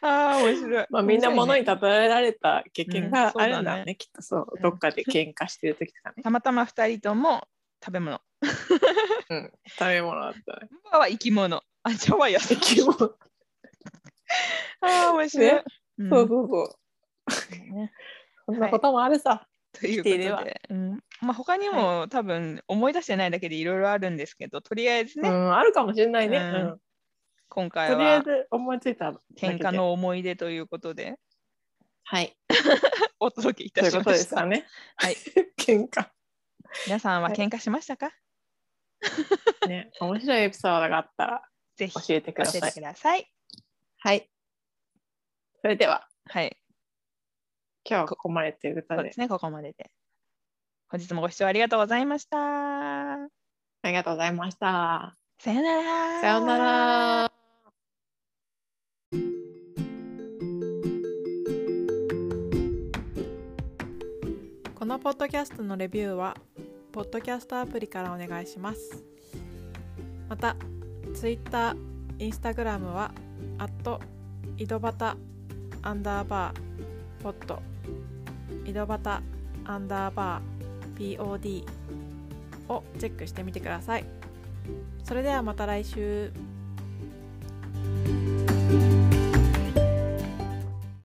[SPEAKER 1] ああ面白い
[SPEAKER 2] まあみんな物
[SPEAKER 1] 面白いね
[SPEAKER 2] に例えられた経験があるん
[SPEAKER 1] うんそう
[SPEAKER 2] だ
[SPEAKER 1] だ
[SPEAKER 2] ね,、
[SPEAKER 1] ね
[SPEAKER 2] きっとそう
[SPEAKER 1] うん
[SPEAKER 2] どっかで喧嘩してる時とか ね。
[SPEAKER 1] たまたま二人とも食べ物
[SPEAKER 2] うん、食べ物だったね。
[SPEAKER 1] ババは生き物あジョバは野菜
[SPEAKER 2] 生き物。 そう
[SPEAKER 1] ああ面白い、
[SPEAKER 2] ね
[SPEAKER 1] うん
[SPEAKER 2] そうそう。
[SPEAKER 1] ね
[SPEAKER 2] そんなこともあるさ。
[SPEAKER 1] という
[SPEAKER 2] 否定で
[SPEAKER 1] こ
[SPEAKER 2] は
[SPEAKER 1] とで、うんまあ、他にも、多分思い出してないだけでいろいろあるんですけどとりあえずね、
[SPEAKER 2] うん、あるかもしれないね。
[SPEAKER 1] うん
[SPEAKER 2] うん
[SPEAKER 1] 今
[SPEAKER 2] と
[SPEAKER 1] 回
[SPEAKER 2] りあえ
[SPEAKER 1] は
[SPEAKER 2] ず思いついただけで
[SPEAKER 1] 喧嘩。の思い出ということで
[SPEAKER 2] はい。
[SPEAKER 1] お届けい
[SPEAKER 2] とい
[SPEAKER 1] た
[SPEAKER 2] う
[SPEAKER 1] しま
[SPEAKER 2] ことで
[SPEAKER 1] し
[SPEAKER 2] すか
[SPEAKER 1] た
[SPEAKER 2] ね。
[SPEAKER 1] はい。
[SPEAKER 2] 喧嘩。
[SPEAKER 1] 皆さんは
[SPEAKER 2] はい
[SPEAKER 1] 喧嘩しましたか、
[SPEAKER 2] ね、面白いエピソードがあったら
[SPEAKER 1] ぜひ
[SPEAKER 2] 教
[SPEAKER 1] 教
[SPEAKER 2] えてくださ
[SPEAKER 1] えて
[SPEAKER 2] い
[SPEAKER 1] く。ださい
[SPEAKER 2] はい。それでは、
[SPEAKER 1] はい
[SPEAKER 2] 今日はここまでというこ
[SPEAKER 1] そ
[SPEAKER 2] と
[SPEAKER 1] う
[SPEAKER 2] で
[SPEAKER 1] で、すねここまでで本日もご視聴ありがとうございました
[SPEAKER 2] ありがとうございました。
[SPEAKER 1] さよなら
[SPEAKER 2] さようなら。
[SPEAKER 3] このポッドキャストのレビューはポッドキャストアプリからお願いしますまた Twitter、Instagram はアット井戸端アンダーバーポッド井戸端アンダーバー POD をチェックしてみてくださいそれではまた来週